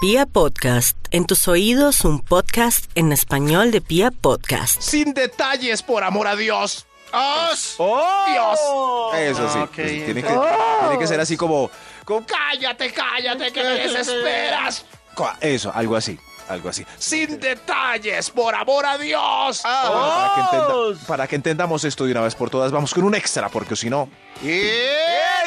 Pia Podcast, en tus oídos un podcast en español de Pia Podcast. Sin detalles, por amor a Dios. ¡Os! ¡Dios! Eso sí. Ah, ok, pues, tiene, que, entonces- tiene que ser así como, como ca- ¡Cállate, cállate, que me desesperas! ca- Eso, algo así. Algo así. Sin detalles, por amor a Bueno, Dios. Ah, para, que entenda- para que entendamos esto de una vez por todas, vamos con un extra, porque si no. Extra,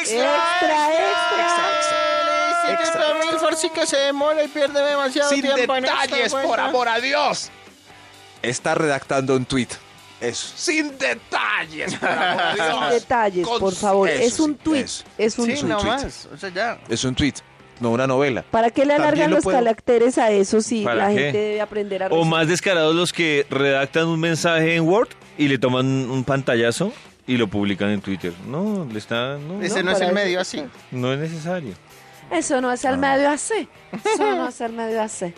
Extra, extra. Extra, Extra, extra. sí que se demora y pierde demasiado Sin tiempo en esta detalles, por vuelta. amor a Dios. Está redactando un tweet. Eso. Sin detalles, por amor a Dios. Sin detalles, Con- por favor. eso, es un sí, tweet. eso. Es un Sí, tuit. un no tweet. más. O sea, ya. Es un tweet, no una novela. ¿Para qué le También alargan lo los puedo- caracteres a eso si ¿Para la qué? gente debe aprender a O rezar? más descarados los que redactan un mensaje en Word y le toman un pantallazo y lo publican en Twitter. No, le está, no, Ese no no, es para el eso medio está. así. no es necesario. Eso no es al medio AC. Eso no es al medio AC.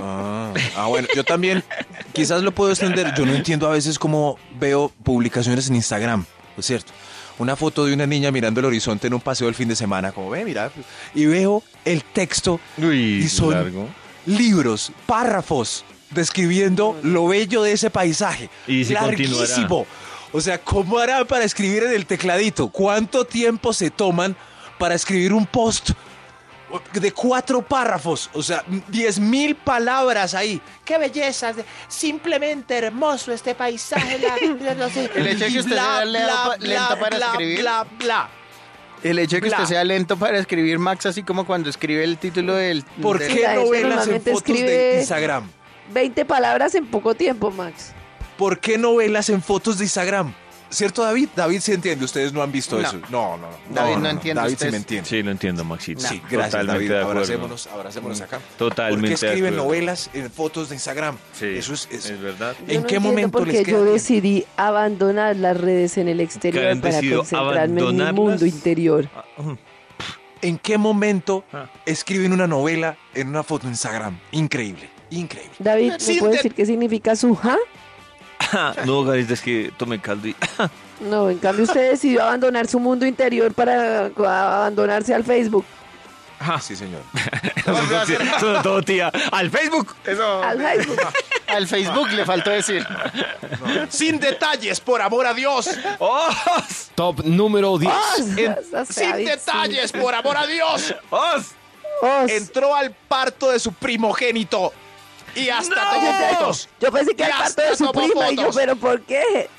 Ah, ah, bueno, yo también quizás lo puedo extender. Yo no entiendo a veces cómo veo publicaciones en Instagram, ¿no es cierto? Una foto de una niña mirando el horizonte en un paseo el fin de semana, como ve, mira, y veo el texto, Uy, Y son- largo. libros, párrafos, describiendo lo bello de ese paisaje. Y se Larguísimo. O sea, ¿cómo harán para escribir en el tecladito? ¿Cuánto tiempo se toman para escribir un post de cuatro párrafos? O sea, diez mil palabras ahí. ¡Qué belleza! Simplemente hermoso este paisaje. la- la- la- El hecho de que usted sea lea- lento para escribir. Bla, bla. El hecho de que Bla. usted sea lento para escribir, Max, así como cuando escribe el título del. ¿Por del- qué Mira, eso novelas en normalmente fotos de escribe- Instagram? 20 palabras en poco tiempo, Max. ¿Por qué novelas en fotos de Instagram? ¿Cierto, David? David sí entiende, ustedes no han visto No. eso. No, no, no. David no entiende, David sí ustedes- me entiende. Sí, lo entiendo, Maxito. Sí, gracias, Totalmente David. de acuerdo. Mm. Abracémonos, abracémonos acá. ¿Por Totalmente qué de escriben acuerdo. novelas en fotos de Instagram? Sí, Eso es... es- es verdad. ¿En Yo no qué entiendo momento por les qué queda yo tiempo? decidí abandonar las redes en el exterior Karen para decidió concentrarme en mi abandonarlas. mundo interior? Ah, ujú. ¿En qué momento Ah. escriben una novela en una foto de Instagram? Increíble, increíble. David, ¿me Sin puede de- decir qué significa su ja? Ah, no, Garita, es que tome caldo y... No, en cambio usted decidió abandonar su mundo interior para a- abandonarse al Facebook. Ah, Sí, señor. Volvió a hacer- Sobre todo, tía. ¡Al Facebook! Eso. Al Facebook. Al Facebook le faltó decir. Sin detalles, por amor a Dios. ¡Os! Top número 10. Ah, Sin detalles, por amor a Dios. ¡Os! Entró al parto de su primogénito y hasta tomó fotos. Yo pensé que Y era parte hasta de su tomó prima y yo, fotos. pero ¿por qué?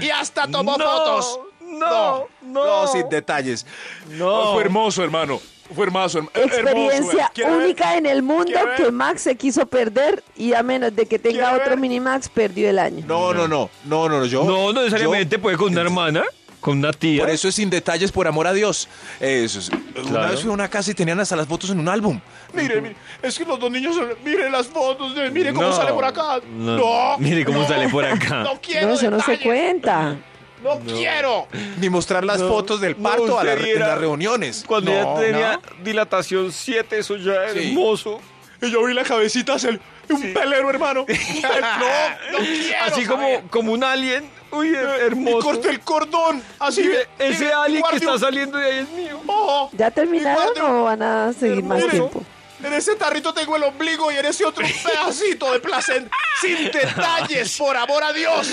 Y hasta tomó fotos. ¡No! No, ¡No! sin detalles. ¡No! Oh, Fue hermoso, hermano. Fue hermoso, hermano. Experiencia única en el mundo que Max se quiso perder y a menos de que tenga otro mini-Max, perdió el año. No, no, no. No, no, no. Yo, No, no necesariamente yo- puede con una hermana, con una tía. Por eso es sin detalles, por amor a Dios. Eso es. Una Claro. vez fui a una casa y tenían hasta las fotos en un álbum. Mire, mire, es que los dos niños, mire las fotos, de- mire cómo No, sale por acá. no, No. mire cómo no, sale por acá. No quiero. No, eso no se detalles, cuenta. No, quiero. Ni mostrar las No, fotos del no, parto a la- usted en viera las reuniones. Cuando No, ya tenía dilatación 7, eso ya era Sí. hermoso. Y yo vi la cabecita hacer un pelero, hermano. no, no quiero. Así saber. como, como un alien. Uy, her- Y hermoso. corté el cordón. Así Mire, ve- ese mire, alien que guarde está un- saliendo de ahí es mío. Ojo, ¿Ya terminaron Eduardo, o van a seguir más hermoso. tiempo? en ese tarrito tengo el ombligo y en ese otro un pedacito de placer. Sin detalles, por amor a Dios.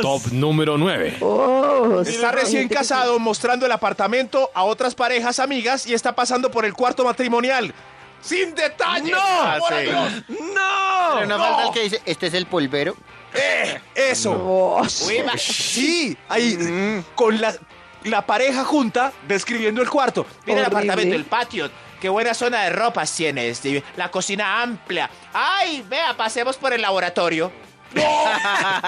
Top número 9. Oh, sí, Está hay recién gente que- casado mostrando el apartamento a otras parejas amigas y está pasando por el cuarto matrimonial. ¡Sin detalles! Ah, ¡Por sí. Dios! Pero ¡No! no, falta el que dice, este es el polvero. ¡Eh! ¡Eso! Oh, Sí, ahí Mm. con la, la pareja junta describiendo el cuarto. Mira el Horrible. apartamento, el patio. Qué buena zona de ropas tiene este. La cocina amplia. ¡Ay! Vea, pasemos por el laboratorio. ¡No!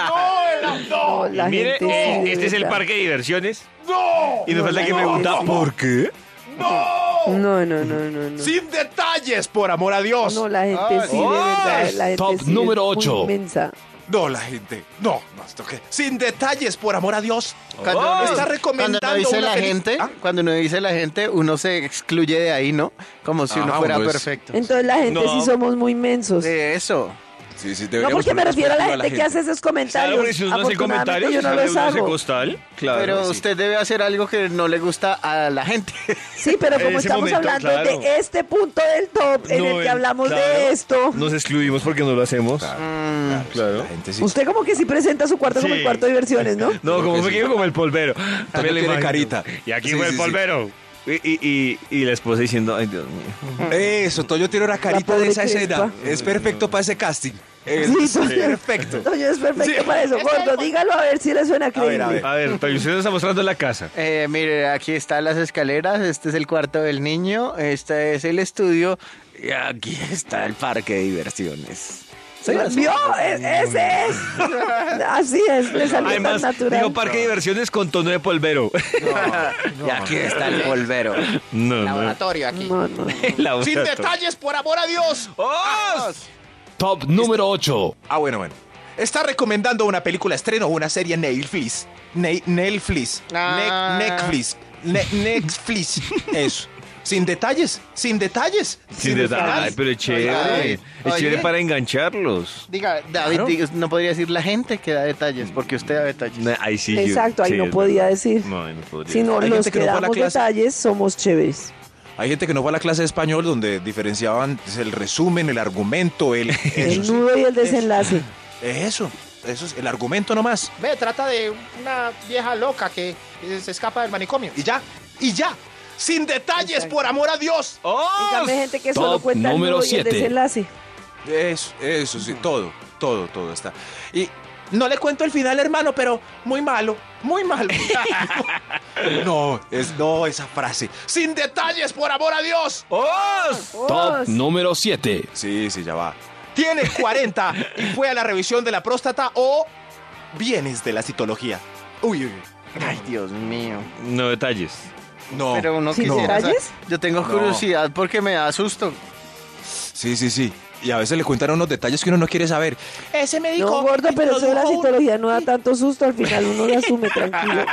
¡No! el- no, ¡No! la Mire, gente eh, oh, sí, de este es el verdad. parque de diversiones. ¡No! Y nos No, falta la que gente pregunta, sí. ¿por qué? ¡No! No, no, no, no. no. ¡Sin detalles, por amor a Dios! No, la Ah, gente sí, de verdad. La gente Top sí es número muy ocho. Inmensa. No, la gente. No, no, esto qué. Sin detalles, por amor a Dios. Cuando Oh, uno- está recomendando cuando uno dice una la feliz- gente, ¿Ah? cuando uno dice la gente, uno se excluye de ahí, ¿no? Como si uno Ajá, fuera uno es- perfecto. Entonces la gente No. sí somos muy mensos. De eso. Sí, sí, No, deberíamos porque me ponernos refiero a la por gente, arriba que hace esos Claro, comentarios. porque si uno hace Afortunadamente, comentarios, yo no sale los uno hace hago. costal, claro. Pero sí. usted debe hacer algo que no le gusta a la gente. Sí, pero En como ese estamos momento, hablando claro. de este punto del top en No, el que en- hablamos claro, de esto, Mm. Nos excluimos porque no lo hacemos. Claro, sí, Claro. La gente sí. usted como que sí presenta su cuarto como Sí. el cuarto de diversiones, ¿no? No, Creo como que me sí. quedo como el polvero. También Me lo tiene imagino. carita. Y aquí Sí, fue sí, el sí. polvero. Y, y- y- y la esposa diciendo, ay Dios mío. Eso, Toño tiene una carita pobre de esa Crespa. escena. Es perfecto para ese casting. Es Sí, Toño. perfecto. Toño es perfecto para eso, gordo. Dígalo a ver si le suena ver, creíble. a ver. A ver, pero usted nos está mostrando la casa. Eh, mire, aquí están las escaleras, este es el cuarto del niño, este es el estudio y aquí está el parque de diversiones. Sí, las- ¿Vio? E- Ese es. Así es, le salió Además, tan natural. digo parque de diversiones con tono de polvero. Y aquí está el polvero. No, no. Laboratorio aquí. No, no. La Sin otra- detalles, por amor a Dios. Top número 8. Ah, bueno, bueno. Está recomendando una película estreno o una serie Netflix. Ne- Netflix. Ah. Ne- Netflix. Ne- Netflix. Eso. Sin detalles, sin detalles. Sin detalles. Ay, pero es chévere. Oye, Es chévere oye. para engancharlos. Diga, David, diga, no podría decir la gente que da detalles, porque usted da detalles. No, Ahí sí. yo- Exacto, ahí sí, no es podía verdad. decir. No, ahí no podría. Si no Hay los gente que que no fue a la damos clase. detalles, somos chéveres. Hay gente que no fue a la clase de español donde diferenciaban el resumen, el argumento, el... El Eso, nudo y el desenlace. eso, eso es el argumento nomás. Ve, trata de una vieja loca que eh, se escapa del manicomio. Y ya, y ya. Sin detalles, por amor a Dios. En cambio, hay gente que Top solo cuenta el número nudo y el siete. desenlace. Eso, eso, sí, todo, todo, todo está. Y no le cuento el final, hermano, pero muy malo, muy malo. no, es no esa frase. Sin detalles, por amor a Dios. Top número 7. Sí, sí, ya va. Tiene 40 y fue a la revisión de la próstata o vienes de la citología. Uy, uy, uy. Ay, Dios mío. No detalles. No. Pero uno ¿Sin quisiera. detalles? sa- Yo tengo No. curiosidad porque me da susto. Sí, sí, sí. Y a veces le cuentan unos detalles que uno no quiere saber. Ese médico. No, gordo, pero eso de la introdujo un- citología no da tanto susto. Al final uno le asume tranquilo.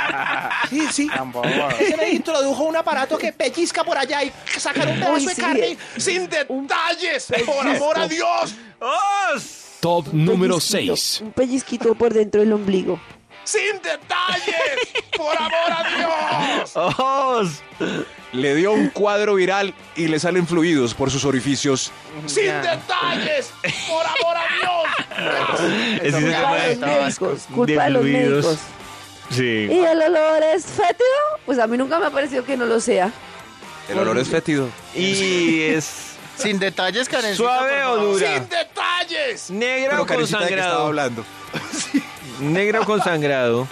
Sí, sí. Ese médico introdujo un aparato que pellizca por allá y sacan un pedazo Uy, de sí. eh. carne. Sin detalles, por amor a Dios. Top número Pellizquito, 6. Un pellizquito por dentro del ombligo. Sin detalles, por amor a Dios. Le dio un cuadro viral y le salen fluidos por sus orificios. Sin Ya. detalles, por amor a Dios. Ese es el Culpa tema de de- los médicos. Culpa de los fluidos. médicos. Sí. ¿Y el olor es fétido? Pues a mí nunca me ha parecido que no lo sea. El olor es fétido. Y es Sin detalles, Karen. suave o dura. Sin detalles. Negra Pero o con carecita de que estaba sangrado. hablando. Negra o con sangrado.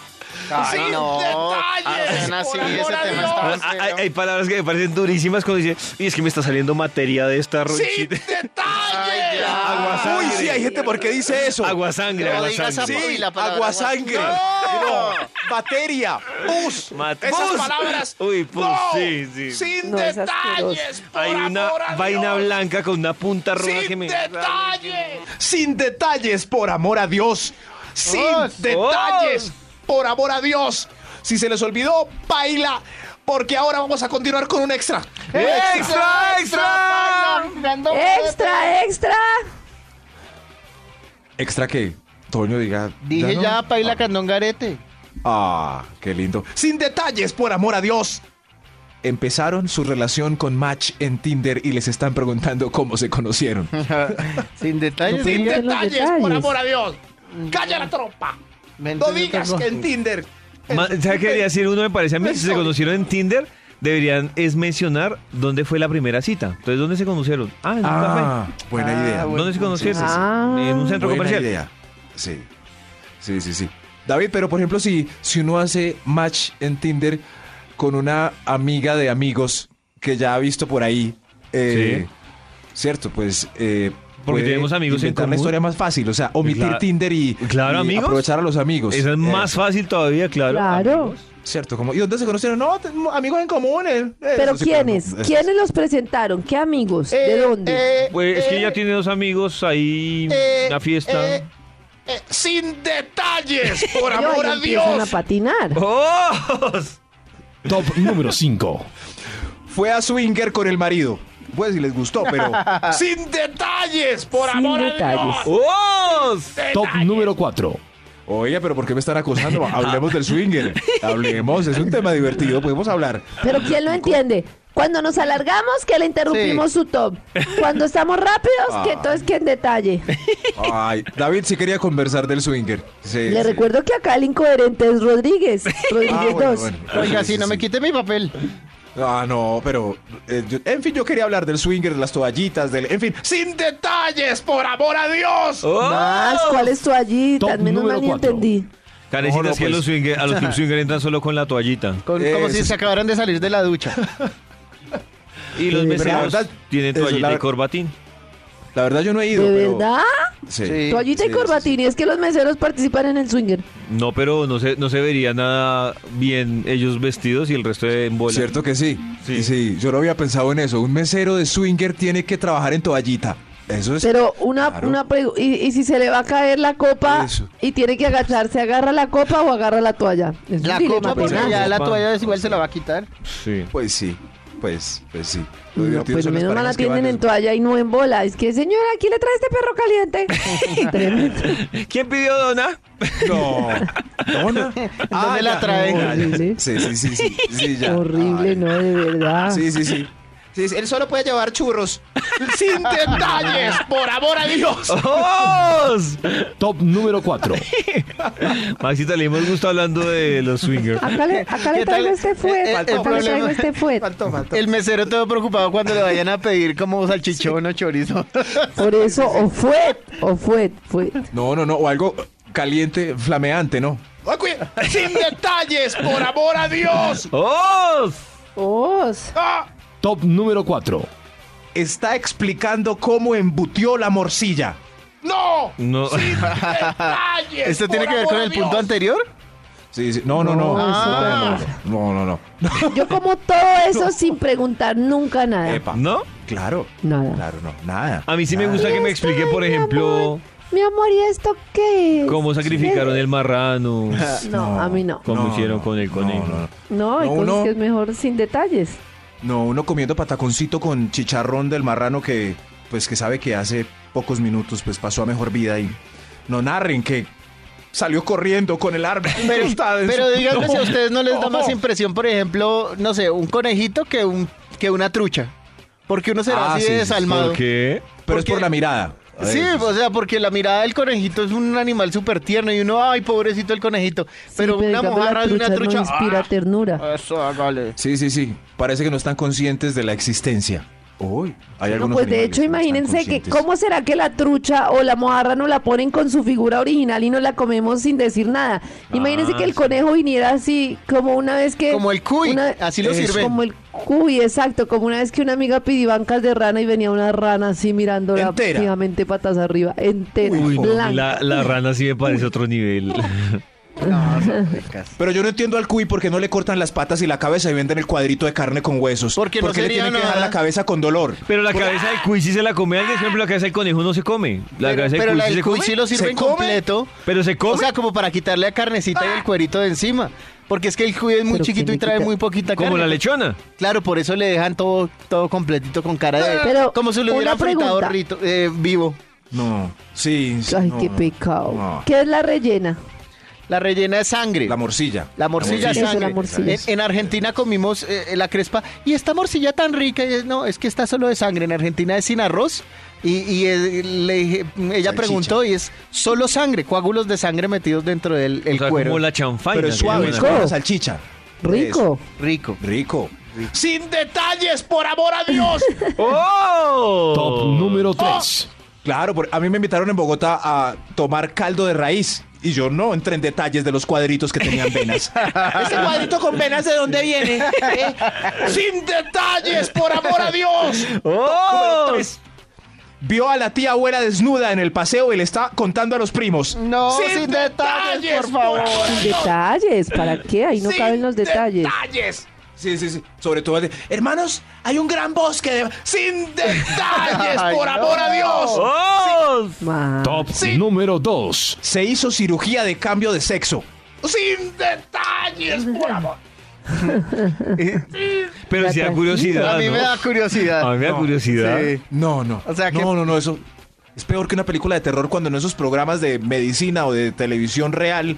Ay, Sin no. detalles, Hacen así, por ese amor a tema Dios. está Ah, más Hay, feo. hay palabras que me parecen durísimas cuando dice, y es que me está saliendo materia de esta Sin ronchita. detalles. Agua Uy, sangre. Ah, sí, hay gente porque dice eso. Agua sangre, No agua digas sangre. agua- Sí, Uy, la palabra agua agua- sangre. No. Batería. Pus. Mat- Esas ¡Pus! palabras. Uy, pus, no, sí, sí. Sin No, es detalles, asqueroso. por Hay una amor a vaina Dios. blanca con una punta roja que Sin me. detalles. Sin detalles, por amor a Dios. Sin Oh, detalles, por amor a Dios. Si se les olvidó, baila. Porque ahora vamos a continuar con un extra. ¡Extra, extra! ¡Extra, extra! ¿Extra qué? Toño diga. Dije no? ya, paila candongarete. Ah, qué lindo. Sin detalles, por amor a Dios. Empezaron su relación con Match en Tinder y les están preguntando cómo se conocieron. Sin detalles. Sí, Sin diga. ya los detalles, por detalles. amor a Dios. Calla la trompa. No Entonces, digas tengo- que en Tinder. Ma- ¿Sabes qué debería decir uno? Me parece a mí, si se conocieron en Tinder, deberían es mencionar dónde fue la primera cita. Entonces, ¿dónde se conocieron? Ah, en un Ah, buena Ah, idea. café. ¿Dónde se conocieron? sí, sí. En un centro Buena comercial. idea. Sí. Sí, sí, sí. David, pero por ejemplo, si, si uno hace match en Tinder con una amiga de amigos que ya ha visto por ahí. eh, Cierto, pues. eh, Porque puede tenemos amigos en inventar la común. historia más fácil, o sea, omitir Claro. Tinder y, Claro, y amigos. aprovechar a los amigos. Eh. Esa es más Eso, fácil todavía, claro. Claro. Cierto, como, ¿y dónde se conocieron? No, tenemos amigos en común. eh, eh, ¿Pero sí, quiénes? no, eh, ¿Quiénes los presentaron? ¿Qué amigos? Eh, ¿De dónde? eh, Pues es que eh, ella tiene dos amigos ahí, eh, una fiesta. eh, eh, sin detalles, por Yo, amor ahí a empiezan a Dios. patinar. ¡Oh! Top número 5. Fue a Swinger con el marido. Pues si les gustó, pero. ¡Sin detalles! ¡Por Sin amor a detalles. Dios! ¡Os! Eh, Top número 4. Oiga, pero ¿por qué me están acosando? Hablemos del swinger. Hablemos, es un tema divertido, podemos hablar. Pero ¿quién lo entiende? Cuando nos alargamos, que le interrumpimos su top. Cuando estamos rápidos, Ah. que todo es que en detalle. Ay, David sí quería conversar del swinger. Sí, Le sí. recuerdo que acá el incoherente es Rodríguez. Ah, Rodríguez 2. bueno, bueno. Oiga, Sí, si no sí, me sí. quite mi papel. Ah, no, pero. eh, yo- en fin, yo quería hablar del swinger, de las toallitas, del. En fin, ¡Sin detalles! ¡Por amor a Dios! Oh. Más, ¿cuál es tu allí? Top Menos mal número ni cuatro. entendí. Canecitas No, no, que pues. los swinger- a los club swinger entran solo con la toallita. Con- Eh, como si sí, se acabaran de salir de la ducha. Y los Sí, pero la meseros verdad, tienen eso, toallita la- y corbatín. la verdad yo no he ¿De ido. pero- verdad? Sí. Sí. Toallita sí, y sí, corbatín. Y es que los meseros participan en el swinger. No, pero no se, no se vería nada bien ellos vestidos y el resto en bola. Cierto que sí. Sí. Sí. sí, yo no había pensado en eso. Un mesero de swinger tiene que trabajar en toallita. Eso es. Pero una, Pues, Claro. una pregu- y, y si se le va a caer la copa Eso. y tiene que agacharse, ¿agarra la copa o agarra la toalla? Es un La dilema copa, porque penal. ya la Copa. toalla es igual se la va a quitar. Sí. Pues sí, pues, pues sí. Lo No, divertido pues son las menos mal parejas que atienden van en a- toalla y no en bola. Es que, señora, aquí le trae este perro caliente. Tremendo. ¿Quién pidió dona? No. ¿Dona? ¿Dónde la traen? ya, ya. Horrible. Sí, sí, sí, sí. sí, ya. Horrible, Ay. no, de verdad. Sí, sí, sí. Sí, sí, Él solo puede llevar churros. ¡Sin detalles! ¡Por amor a Dios! ¡Os! Top número 4. Maxita, le hemos gustado hablando de los swingers. Acá le, acá ¿Qué tal? le traigo este Eh, eh, fuet. el Acá le traigo problema- este fuet. Faltó, faltó. El mesero todo preocupado cuando le vayan a pedir como salchichón o chorizo. Por eso, o fuet, o fuet, fuet. No, no, no. O algo caliente, flameante, ¿no? Ah, cuida- ¡Sin detalles! ¡Por amor a Dios! ¡Os! Os. ¡Ah! Top número 4. Está explicando cómo embutió la morcilla. ¡No! No. ¡Sin detalles! ¿Esto tiene por que ver con amor a el punto Dios! anterior? Sí, sí. No, no, no. No, es Ah, otra no, no, no. Yo como todo eso sin preguntar nunca nada. Epa. ¿No? Claro. Nada. Claro, no. Nada. A mí sí me Nada. gusta que me explique, por ejemplo, Mi amor, ¿y esto qué es? cómo sacrificaron el marrano, No, a mí no. cómo No, hicieron no, con el no, conejo. no, no. No, hay No, cosas uno- que es mejor sin detalles. No, uno comiendo pataconcito con chicharrón del marrano que, pues, que sabe que hace pocos minutos, pues, pasó a mejor vida y no narren que salió corriendo con el arma. Pero, incrustada en pero su- díganme No. si a ustedes no les da No. más impresión, por ejemplo, no sé, un conejito que, un, que una trucha. Porque uno será Ah, así sí, de sí, desalmado. ¿Por qué? Pero es porque- por la mirada. Sí, Ay, o sea, porque la mirada del conejito es un animal súper tierno y uno, ay, pobrecito el conejito. Pero Sí, una digamos, la mojarra de una trucha trucha. no inspira ¡ah! ternura. Eso, hágale. Sí, sí, sí. Parece que no están conscientes de la existencia. Uy, hay No, algunos pues de animales hecho, que no están imagínense que conscientes. cómo será que la trucha o la mojarra no la ponen con su figura original y no la comemos sin decir nada. Imagínense Ah, que el conejo viniera así, como una vez que. Como el cuy, una- así lo Es sirven. Como el cuy, exacto. Como una vez que una amiga pidió bancas de rana y venía una rana así mirándola Entera. activamente patas arriba, entera, Uy, no, blanca. la, la rana sí me parece otro nivel. Pero yo no entiendo al cuy porque no le cortan las patas y la cabeza y venden el cuadrito de carne con huesos. Porque no ¿Por qué le sería tienen que dejar nada. la cabeza con dolor? Pero la cabeza del cuy sí se la come alguien, por ejemplo, la cabeza del conejo no se come. La pero cabeza del pero cuy la sí se del cuy come. sí lo sirven come? completo. Pero se come. O sea, como para quitarle la carnecita y el cuerito de encima. Porque es que el cuy es muy Pero chiquito ¿quién y le trae quita? muy poquita carne. como la lechona. Claro, por eso le dejan todo, todo completito con cara de... Pero como si lo una hubieran fritado pregunta. rito- eh, vivo. No. Sí. sí, Ay, no, qué no. pecado. No. ¿Qué es la rellena? La rellena de sangre. La morcilla. La morcilla Eso, la sangre. Eh, morcilla. En, en Argentina comimos eh, la crespa y esta morcilla tan rica, y es- no, es que está solo de sangre. En Argentina es sin arroz y, y, eh, le dije- ella Salchicha. preguntó y es solo sangre, coágulos de sangre metidos dentro del el o sea, cuero. como la chanfaina. Pero es suave, que es llaman. como la salchicha. Rico. Rico. Es rico. ¡Sin detalles! ¡Por amor a Dios! ¡Oh! Top número 3. Oh. Claro, por- a mí me invitaron en Bogotá a tomar caldo de raíz. Y yo no entré en detalles de los cuadritos que tenían venas. ¿Ese cuadrito con venas de dónde viene? ¿Eh? ¡Sin detalles! ¡Por amor a Dios! ¡Oh! Vio a la tía abuela desnuda en el paseo y le está contando a los primos. No, sin, ¡Sin detalles, detalles, por favor. Sin detalles. ¿Para qué? Ahí no ¡Sin caben los detalles. detalles! Sí, sí, sí. Sobre todo, de- hermanos, Hay un gran bosque de... ¡Sin detalles! Ay, ¡Por no. amor a Dios! ¡Oh! Ma- Top Sí. número 2. se hizo cirugía de cambio de sexo. ¡Sin detalles! ¡Por amor! Pero si da curiosidad. A mí ¿no? me da curiosidad. A mí me da No, curiosidad. sí. No, no. O sea que- No, no, no, eso es peor que una película de terror cuando en esos programas de medicina o de televisión real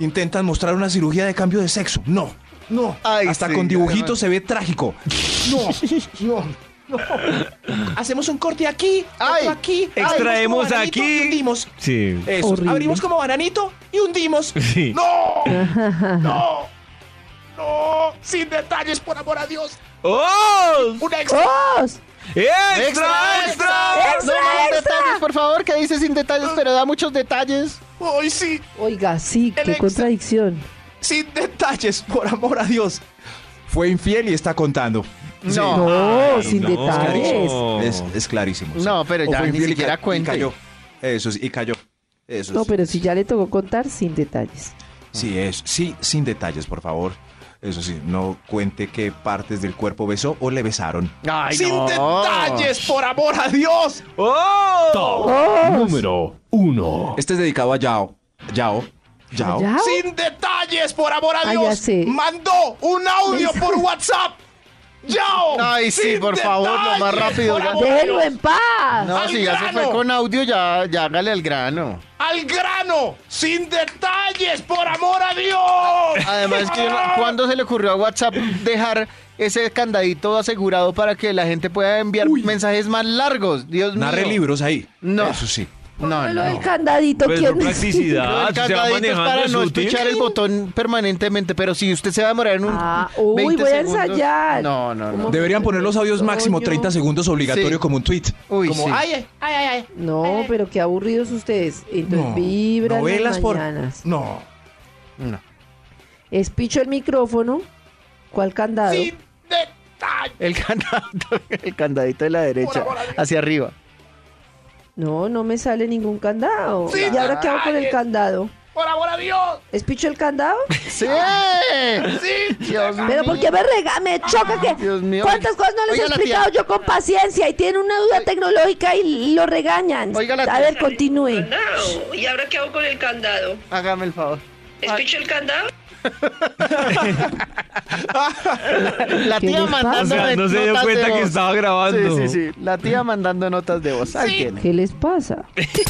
intentan mostrar una cirugía de cambio de sexo. No, no. Ay, Hasta sí, con ya, dibujitos además. se ve trágico. Hacemos un corte aquí, Ay, otro aquí. extraemos abrimos como aquí. bananito y hundimos. Sí. Eso, Horrible. abrimos como bananito y hundimos. Sí. ¡No! ¡No! ¡No! Sin detalles, por amor a Dios. ¡Oh! Un extra. ¡Oh! ¡Extra, ¡Extra, extra! ¡Extra, No más extra! detalles, por favor, que dice sin detalles, pero da muchos detalles. Hoy sí, Oiga, sí, El qué ex- contradicción. sin detalles, por amor a Dios. Fue infiel y está contando. Ah, No, No, sin no. detalles. Es, es clarísimo. sí. No, pero O ya fue ni infiel y siquiera ca- y cuente. cayó. Eso sí, y cayó. Eso No, sí. pero si ya le tocó contar, sin detalles. Sí, es. Sí, sin detalles, por favor. Eso sí, no cuente qué partes del cuerpo besó o le besaron. Ay, sin no. Oh. detalles, por amor a Dios. Top número 1. Este es dedicado a Yao. Yao. Yao. ¿Ya? Sin detalles, por amor a Ah, Dios. ya sé. Mandó un audio por WhatsApp. ¡Yao! Ay, sí, Sin por favor, lo más detalles, rápido, por ya. amor a ¡Déjenlo Dios. en paz! No, ¡Al si ya se grano! fue con audio, ya, ya hágale al grano. ¡Al grano! ¡Sin detalles, por amor a Dios! Además, que yo no- ¿cuándo se le ocurrió a WhatsApp dejar ese candadito asegurado para que la gente pueda enviar mensajes más largos? Dios mío. Narre libros ahí. No. Eso sí. No, Lo del no. candadito, Pues por ¿quién Pero Ah, el practicidad, si se va candadito es manejando para es no útil. escuchar el botón permanentemente, pero si usted se va a demorar en un Ah, uy, 20 voy a segundos- ensayar. No, no, no. ¿Cómo? Deberían poner los audios máximo Coño. 30 segundos obligatorio Sí. como un tweet. Uy, Como, sí. ay, ay, ay, ay. No, pero qué aburridos ustedes. Entonces, vibra en las mañanas. No. Espicho el micrófono. ¿Cuál candado? Sin detalles. El candadito, el candadito de la derecha, hacia arriba. No, no me sale ningún candado. Sí, ¿Y ahora qué hago con el detalles. candado? Por amor a Dios. ¿Espicho el candado? ¡Sí! Sin Dios mío. Pero porque me rega, me choca que Dios mío. cuántas cosas no les he Oiga la explicado tía. yo con paciencia y tienen una duda tecnológica y lo regañan. Oiga la A tía. ver, continúe. No, ¿y ahora qué hago con el candado? Hágame el favor. ¿Espicho el candado? La ¿Qué tía les pasa? O mandando sea, no se dio notas de cuenta que voz. estaba grabando. Sí, sí, sí. La tía mandando notas de voz. Ahí tiene. ¿Qué les pasa?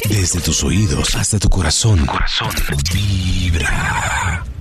Desde tus oídos hasta tu corazón. Corazón. Vibra.